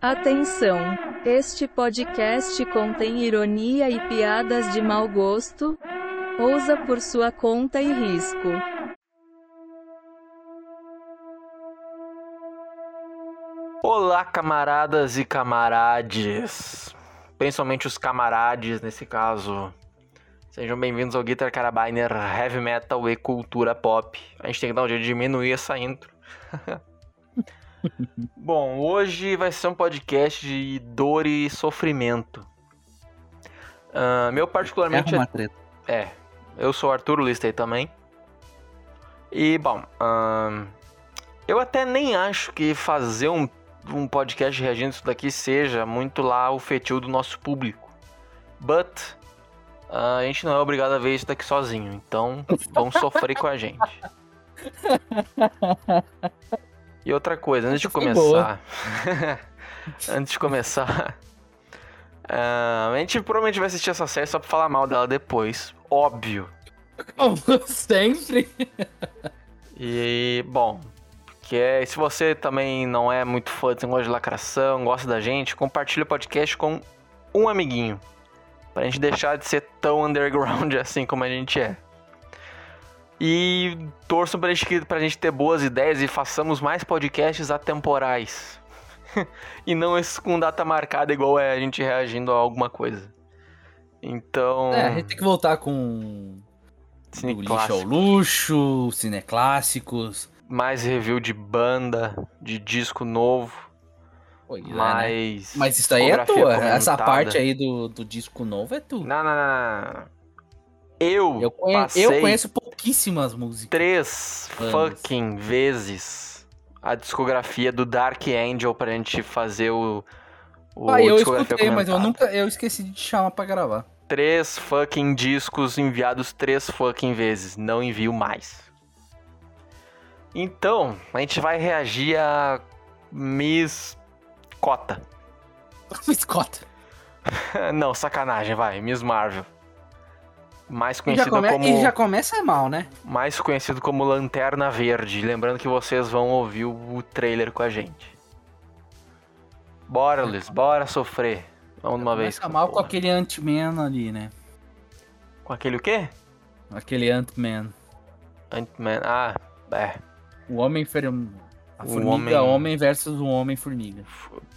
Atenção! Este podcast contém ironia e piadas de mau gosto. Ousa por sua conta e risco. Olá, camaradas e camarades. Principalmente os camarades, nesse caso. Sejam bem-vindos ao Guitar Carabiner Heavy Metal e Cultura Pop. A gente tem que dar um jeito de diminuir essa intro. Bom, hoje vai ser um podcast de dor e sofrimento. Ah, meu particularmente... Arruma treta. É, eu sou o Arthur Listei também. E, bom, ahn, eu até nem acho que fazer um, um podcast reagindo isso daqui seja muito lá o fetil do nosso público. But, ah, a gente não é obrigado a ver isso daqui sozinho, então vão sofrer com a gente. E outra coisa, antes de Essa foi boa. começar. antes de começar. ah, a gente provavelmente vai assistir essa série só pra falar mal dela depois. Óbvio. Como sempre. E, bom, que é- se você também não é muito fã desse negócio de lacração, gosta da gente, compartilha o podcast com um amiguinho. Pra gente deixar de ser tão underground assim como a gente é. E torçam pra gente, que- pra gente ter boas ideias e façamos mais podcasts atemporais. e não esses com data marcada igual é a gente reagindo a alguma coisa. Então, É, a gente tem que voltar com Cine do lixo é ao Clássico. luxo, cineclássicos. mais review de banda, de disco novo. Pois é, né? Mas. Mas isso aí é fotografia tua. Essa comentada. parte aí do, do disco novo é tua. Não, não, não, não. Eu, Eu, conhe- passei eu conheço pouquíssimas músicas. três Anos. fucking vezes a discografia do Dark Angel pra gente fazer o. o ah, eu discografia escutei, mas eu comentada. nunca. Eu esqueci de te chamar pra gravar. Três fucking discos enviados três fucking vezes. Não envio mais. Então, a gente vai reagir a Miss Cota. Scott. Não, sacanagem, vai. Miss Marvel. Mais E já, conhecido come... como. e já começa mal, né? Mais conhecido como Lanterna Verde. Lembrando que vocês vão ouvir o o trailer com a gente. Bora, Luiz, bora sofrer. Vamos de uma vez. começa mal com porra. aquele Ant-Man ali, né? com aquele o quê? Aquele Ant-Man. Ant-Man. Ah, é. O homem fermo. A O formiga homem- homem... versus o homem formiga.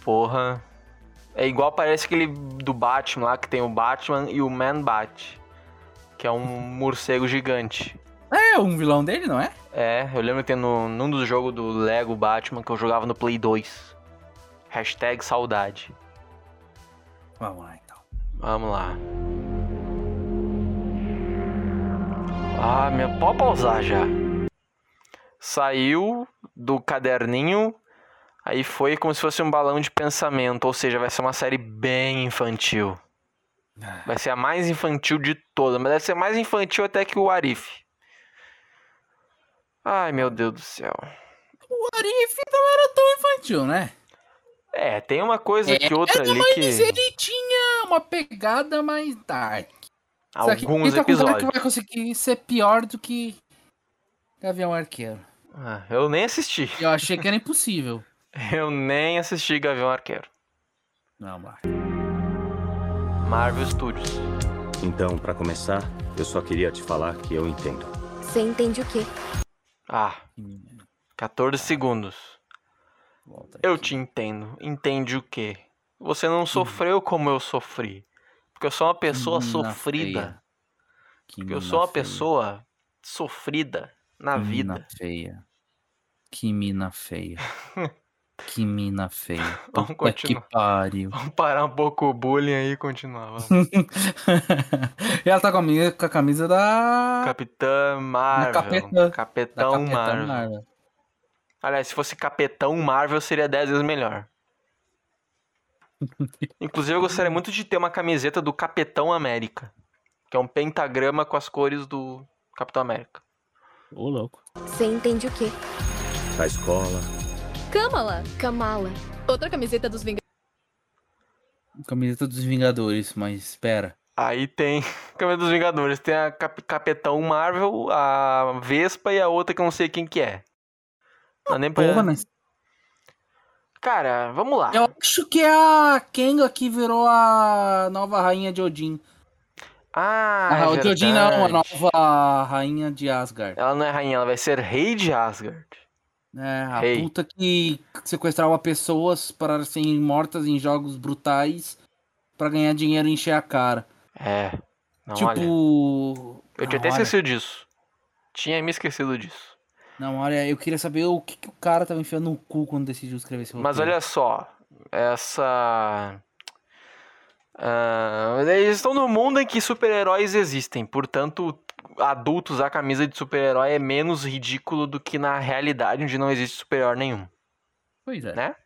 Porra. É igual parece aquele do Batman lá que tem o Batman e o Man Bat. Que é um morcego gigante. É, um vilão dele, não é? É, eu lembro que tem no, num dos jogos do Lego Batman que eu jogava no Play 2. Hashtag saudade. Vamos lá então. Vamos lá. Ah, minha pode pausar já. Saiu do caderninho, aí foi como se fosse um balão de pensamento, ou seja, vai ser uma série bem infantil. Vai ser a mais infantil de todas, mas deve ser mais infantil até que o Arif. Ai, meu Deus do céu. O Arif não era tão infantil, né? é É, tem uma coisa que outra ali mas que é? ele tinha uma pegada mais dark. Só que alguns ele tá contando episódios. que vai conseguir ser pior do que Gavião Arqueiro. Ah, eu nem assisti. Eu achei que era impossível. Eu nem assisti Gavião Arqueiro. Vamos lá. Marvel Studios. Então, pra começar, eu só queria te falar que eu entendo. Você entende o quê? Ah, 14 segundos. Volta Eu aqui. te entendo. Entende o quê? Você Hum. não sofreu como eu sofri. Porque eu sou uma pessoa Menina sofrida. feia. Que Porque eu mina sou uma feia. pessoa sofrida na Que mina vida. feia. Que mina feia. que mina feia. Vamos Puta continuar. Que pariu. Vamos parar um pouco o bullying aí e continuar. vamos. Hum. e ela tá com a, mi- com a camisa da. Capitã Marvel. capetã. da Capetão Capitã Marvel. Marvel. Aliás, se fosse Capetão Marvel, seria 10 vezes melhor. Inclusive, eu gostaria muito de ter uma camiseta do Capetão América. Que é um pentagrama com as cores do Capitão América. Ô, louco. Você entende o quê? A escola, Kamala, Kamala. outra camiseta dos Vingadores. Camiseta dos Vingadores, mas espera. Aí tem Camiseta dos Vingadores, tem a Cap- Capetão Marvel, a Vespa e a outra que eu não sei quem que é. Não, nem pra... Porra, mas Cara, vamos lá. né? Eu acho que é a Kenga que virou a nova rainha de Odin. Ah, Ah, é o de Odin não, a verdade. nova rainha de Asgard. Ela não é rainha, ela vai ser rei de Asgard. É, a Rei. puta que sequestrava pessoas para serem mortas em jogos brutais pra ganhar dinheiro e encher a cara. É. Não, olha. tipo. Eu não, tinha até olha, esquecido disso. Tinha me esquecido disso. Não, olha, eu queria saber o que, que o cara tava enfiando no cu quando decidiu escrever esse Mas roteiro. olha só, essa. Ah, eles estão num mundo em que super-heróis existem, portanto, adultos a camisa de super-herói é menos ridículo do que na realidade, onde não existe super-herói nenhum. Pois é. né?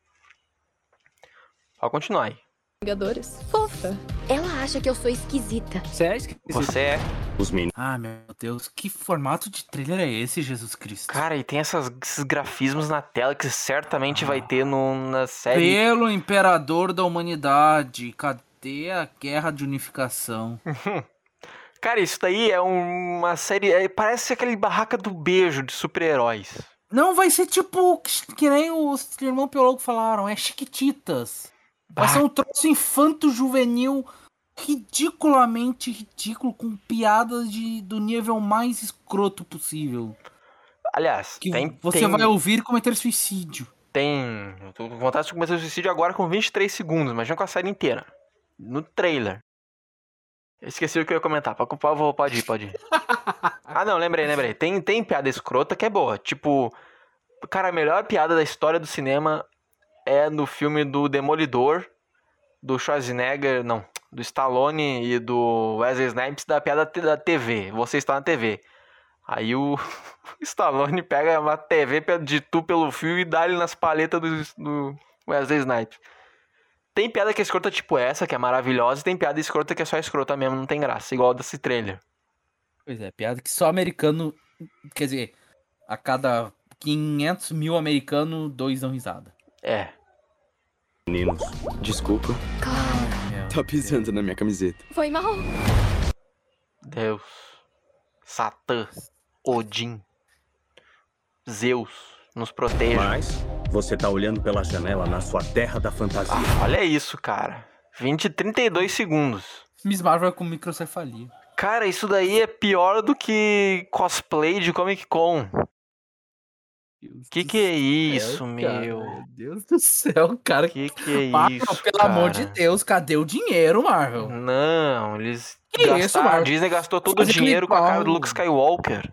Pode continuar aí. Vingadores. Fofa. Ela acha que eu sou esquisita. Você é esquisito. Você é. Os meninos Ah, meu Deus, que formato de trailer é esse, Jesus Cristo? Cara, e tem essas- esses grafismos na tela que certamente vai Ah. ter no, na série. Pelo imperador da humanidade, cadê a guerra de unificação? Cara, isso daí é uma série. é- parece aquele barraca do beijo de super-heróis. Não, vai ser tipo, que, que nem os irmãos Piologo falaram, é Chiquititas. Vai ser um troço infanto-juvenil ridiculamente ridículo, com piadas de, do nível mais escroto possível. Aliás, Que tem, você tem, vai ouvir cometer suicídio. tem. Eu tô com vontade de começar o suicídio agora com 23 segundos, imagina com a série inteira. No trailer. Eu esqueci o que eu ia comentar. Pode, pode, pode ir, pode ir. ah, não, lembrei, lembrei. Tem, tem piada escrota que é boa. Tipo, cara, a melhor piada da história do cinema é no filme do Demolidor, do Schwarzenegger, não, do Stallone e do Wesley Snipes, da piada te- da TV. Você está na TV. Aí o Stallone pega uma TV pe- de tu pelo fio e dá ele nas paletas do, do Wesley Snipes. Tem piada que é escrota tipo essa, que é maravilhosa, e tem piada escrota que é só escrota mesmo, não tem graça, igual a desse trailer. Pois é, piada que só americano. Quer dizer, a cada 500 mil americanos, dois dão risada. É. Desculpa, Claro. tá pisando na minha camiseta. Foi mal. Deus. Satã. Odin. Zeus. Nos proteja. É. Mas você tá olhando pela janela na sua terra da fantasia. Ah, olha isso, cara. 20, 32 segundos. Miss Marvel é com microcefalia. Cara, isso daí é pior do que cosplay de Comic Con. Que que é isso, meu? Meu Deus do céu, um cara. Que que é Marvel, isso, pelo cara? amor de Deus, cadê o dinheiro, Marvel? Não, eles Que gastaram, isso, Marvel? a Disney gastou todo o Fazer dinheiro com a cara do clipão. Luke Skywalker.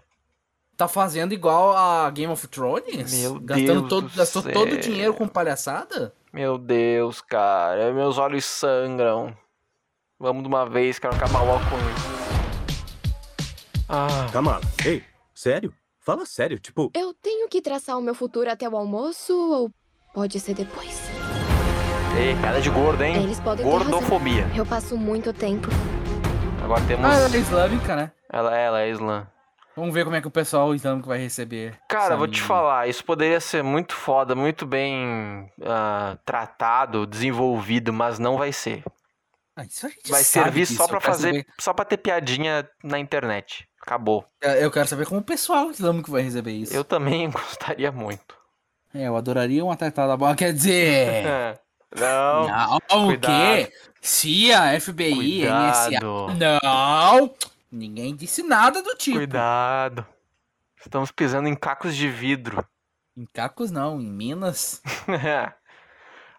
Tá fazendo igual a Game of Thrones? Meu Gastando Deus todo, do gastou todo o céu. dinheiro com palhaçada? Meu Deus, cara, meus olhos sangram. Vamos de uma vez, quero acabar logo com isso. Tá. Ah, Kamala, ei, sério? Fala sério, tipo, Eu tenho que traçar o meu futuro até o almoço ou pode ser depois? ei, piada de Um gordo, hein? Eles podem ter razão. Gordofobia. Eu passo muito tempo. Agora temos. Ah, ela é islâmica, né? Ela, ela é islã. Vamos ver como é que o pessoal islâmico vai receber. Cara, essa vou te menina. falar, isso poderia ser muito foda, muito bem ah, tratado, desenvolvido, mas não vai ser. Ah, isso a gente Vai sabe servir disso, só pra eu quero fazer, saber- só pra ter piadinha na internet. Acabou. eu quero saber como o pessoal islâmico vai receber isso. Eu também gostaria muito. É, eu adoraria uma tartada boa. Quer dizer. É. Não. É. Não, o cuidado. quê? CIA, FBI, NSA. Cuidado. Não! Ninguém disse nada do tipo. Cuidado. Estamos pisando em cacos de vidro. Em Cacos não, em Minas.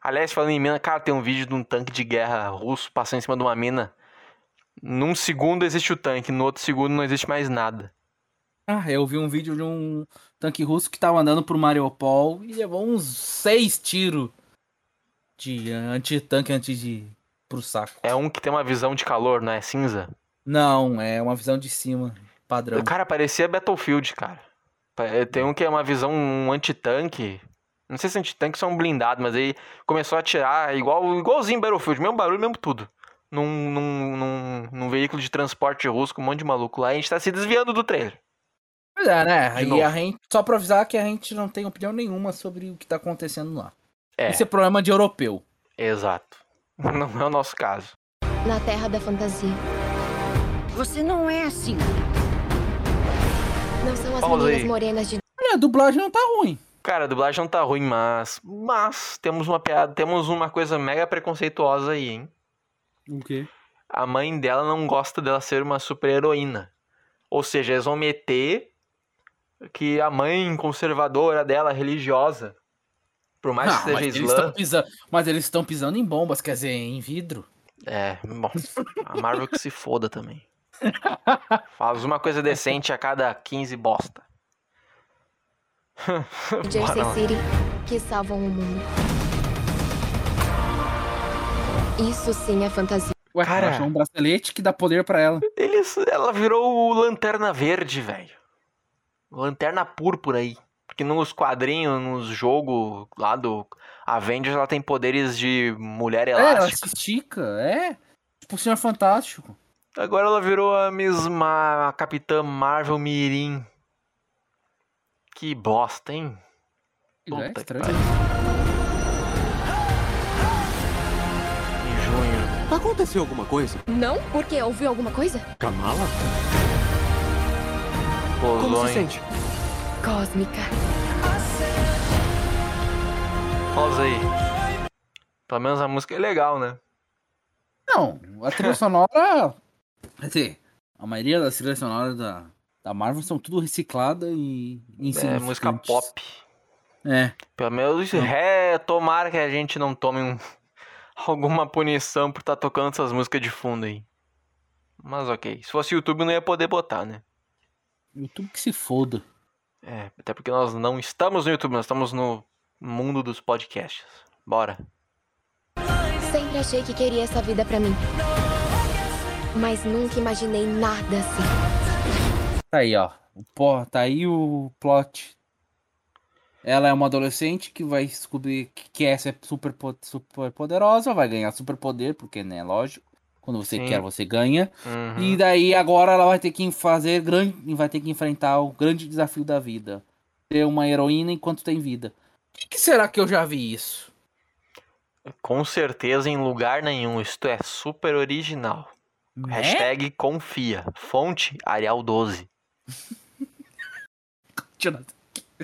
Aliás, falando em mina, cara, tem um vídeo de um tanque de guerra russo passando em cima de uma mina. Num segundo existe o tanque, no outro segundo não existe mais nada. Ah, eu vi um vídeo de um tanque russo que tava andando pro Mariupol e levou uns seis tiros de anti-tanque antes de pro saco. É um que tem uma visão de calor, não é? Cinza. Não, é uma visão de cima, padrão. Cara, parecia Battlefield, cara. Pa- eh, Tem um que é uma visão um antitanque. Não sei se antitanque são blindado, mas aí começou a atirar igual, igualzinho Battlefield, mesmo barulho, mesmo tudo. Num, num, num, num veículo de transporte russo com um monte de maluco lá. E a gente tá se desviando do trailer. Pois é, né? De E novo. a gente, só pra avisar que a gente não tem opinião nenhuma sobre o que tá acontecendo lá. É. Esse é problema de europeu. Exato. Não é o nosso caso. Na terra da fantasia. Você não é assim. Não são as Pausa meninas aí. morenas de Olha, a É, dublagem não tá ruim. Cara, a dublagem não tá ruim, mas. Mas temos uma piada, temos uma coisa mega preconceituosa aí, hein? O quê? A mãe dela não gosta dela ser uma super-heroína. Ou seja, eles vão meter que a mãe conservadora dela, religiosa, por mais que Ah, seja mas, eles islã. tão pisa- mas eles estão pisando em bombas, quer dizer, em vidro. É, bom. A Marvel que se foda também. Faz uma coisa decente a cada 15 bosta. Jersey Bora lá. City que salvam o mundo. Isso sim é fantasia. Ué, Cara. Cara. achou um bracelete que dá poder pra ela. Eles, ela virou o Lanterna Verde, velho. Lanterna Púrpura aí. Porque nos quadrinhos, nos jogos lá do Avengers, ela tem poderes de mulher É, ela se elástica. estica, é. Tipo o Senhor Fantástico. Agora ela virou a mesma a Capitã Marvel Mirim. Que bosta, hein? é Puta que estranho. pariu. Em junho. Aconteceu alguma coisa? Não? Porque ouviu alguma coisa? Kamala? Como se Bolonha. sente? Cósmica. Pausa aí. Pelo menos a música é legal, né? Não, a trilha sonora. Quer dizer, a maioria das trilhas sonoras da, da Marvel são tudo reciclada e É insignificantes. música pop. É. Pelo menos Não. é, tomara que a gente não tome um- alguma punição por estar tocando essas músicas de fundo aí. Mas ok. Se fosse YouTube, não ia poder botar, né? YouTube que se foda. É, até porque nós não estamos no YouTube, nós estamos no mundo dos podcasts. Bora. Sempre achei que queria essa vida pra mim. Mas nunca imaginei nada assim. Tá aí, ó. O pó, tá aí o plot. Ela é uma adolescente que vai descobrir que que essa é super, po- super poderosa, vai ganhar super poder, porque, né, lógico. Quando você Sim. quer, você ganha. Uhum. E daí agora ela vai ter que fazer grande, vai ter que enfrentar o grande desafio da vida. Ser uma heroína enquanto tem vida. Que, que será que eu já vi isso? Com certeza em lugar nenhum. Isto é super original. Né? Hashtag confia. Fonte Arial 12. É?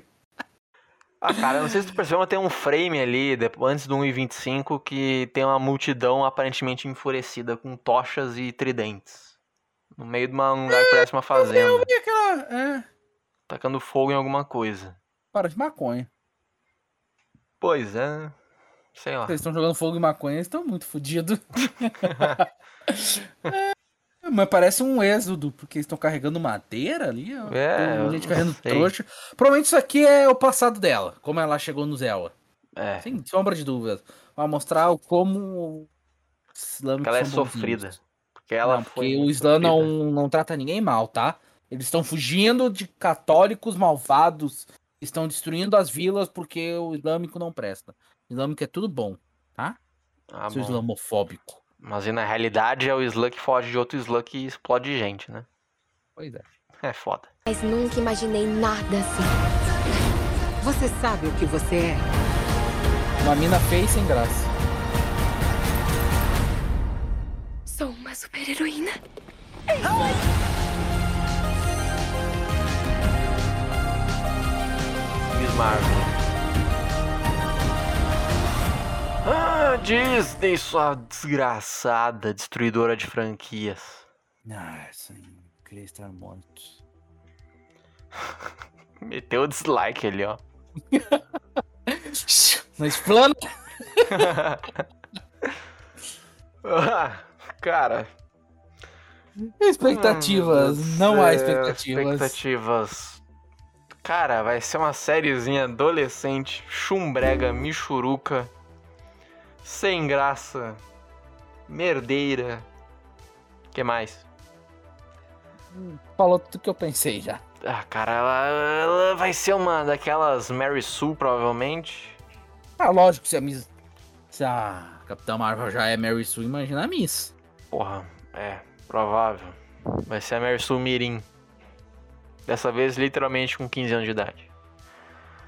Ah, cara, não sei se tu percebeu, mas tem um frame ali, de- antes do 1h25, que tem uma multidão aparentemente enfurecida com tochas e tridentes. No meio de uma, um lugar que parece uma fazenda, E aquela. É, tacando fogo em alguma coisa. para de maconha. Pois é, sei lá. Se Eles estão jogando fogo em maconha, eles estão muito fodidos. É, mas parece um êxodo, porque eles estão carregando madeira ali. ó. É, Tem eu gente não carregando sei. trouxa. Provavelmente isso aqui é o passado dela, como ela chegou no Zella. É, Sem sombra de dúvida. Vai mostrar o como os islâmicos porque ela é são bonzinhos. sofrida. Porque ela não, foi porque o muito Islã não, sofrida. não trata ninguém mal, tá? Eles estão fugindo de católicos malvados, estão destruindo as vilas porque o islâmico não presta. O islâmico é tudo bom, Ah, seu bom. islamofóbico. Mas e na realidade é o Slã que foge de outro Slã que explode gente, né? Pois é. É foda. Mas nunca imaginei nada assim. Você sabe o que você é. Uma mina feia e sem graça. Sou uma super-heroína. Miss Marvel. Ah, Disney, sua desgraçada destruidora de franquias. Ah, sim. Queria estar morto. Meteu o dislike ali, ó. Mas plano. Ah, Cara, Expectativas. hum, não há é, expectativas. expectativas. Cara, vai ser uma sériezinha adolescente, chumbrega, michuruca, sem graça, merdeira. Que mais? Falou tudo que eu pensei já. Ah, cara, ela, ela vai ser uma daquelas Mary Sue, provavelmente. Ah, lógico, se a Miss. Se a Capitã Marvel já é Mary Sue, imagina a Miss. Porra, é, provável. Vai ser a Mary Sue Mirim. Dessa vez, literalmente, com 15 anos de idade.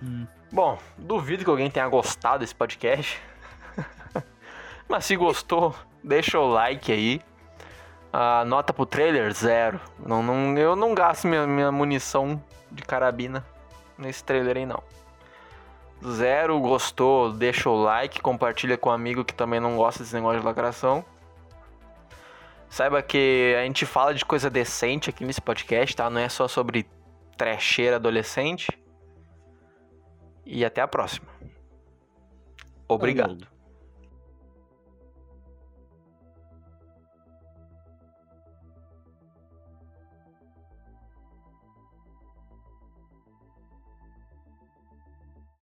Hum. Bom, duvido que alguém tenha gostado desse podcast. Mas se gostou, deixa o like aí. A nota pro trailer, zero. Não, não, eu não gasto minha, minha munição de carabina nesse trailer aí, não. Zero gostou, deixa o like, compartilha com um amigo que também não gosta desse negócio de lacração. Saiba que a gente fala de coisa decente aqui nesse podcast, tá? Não é só sobre trecheira adolescente. E até a próxima. Obrigado.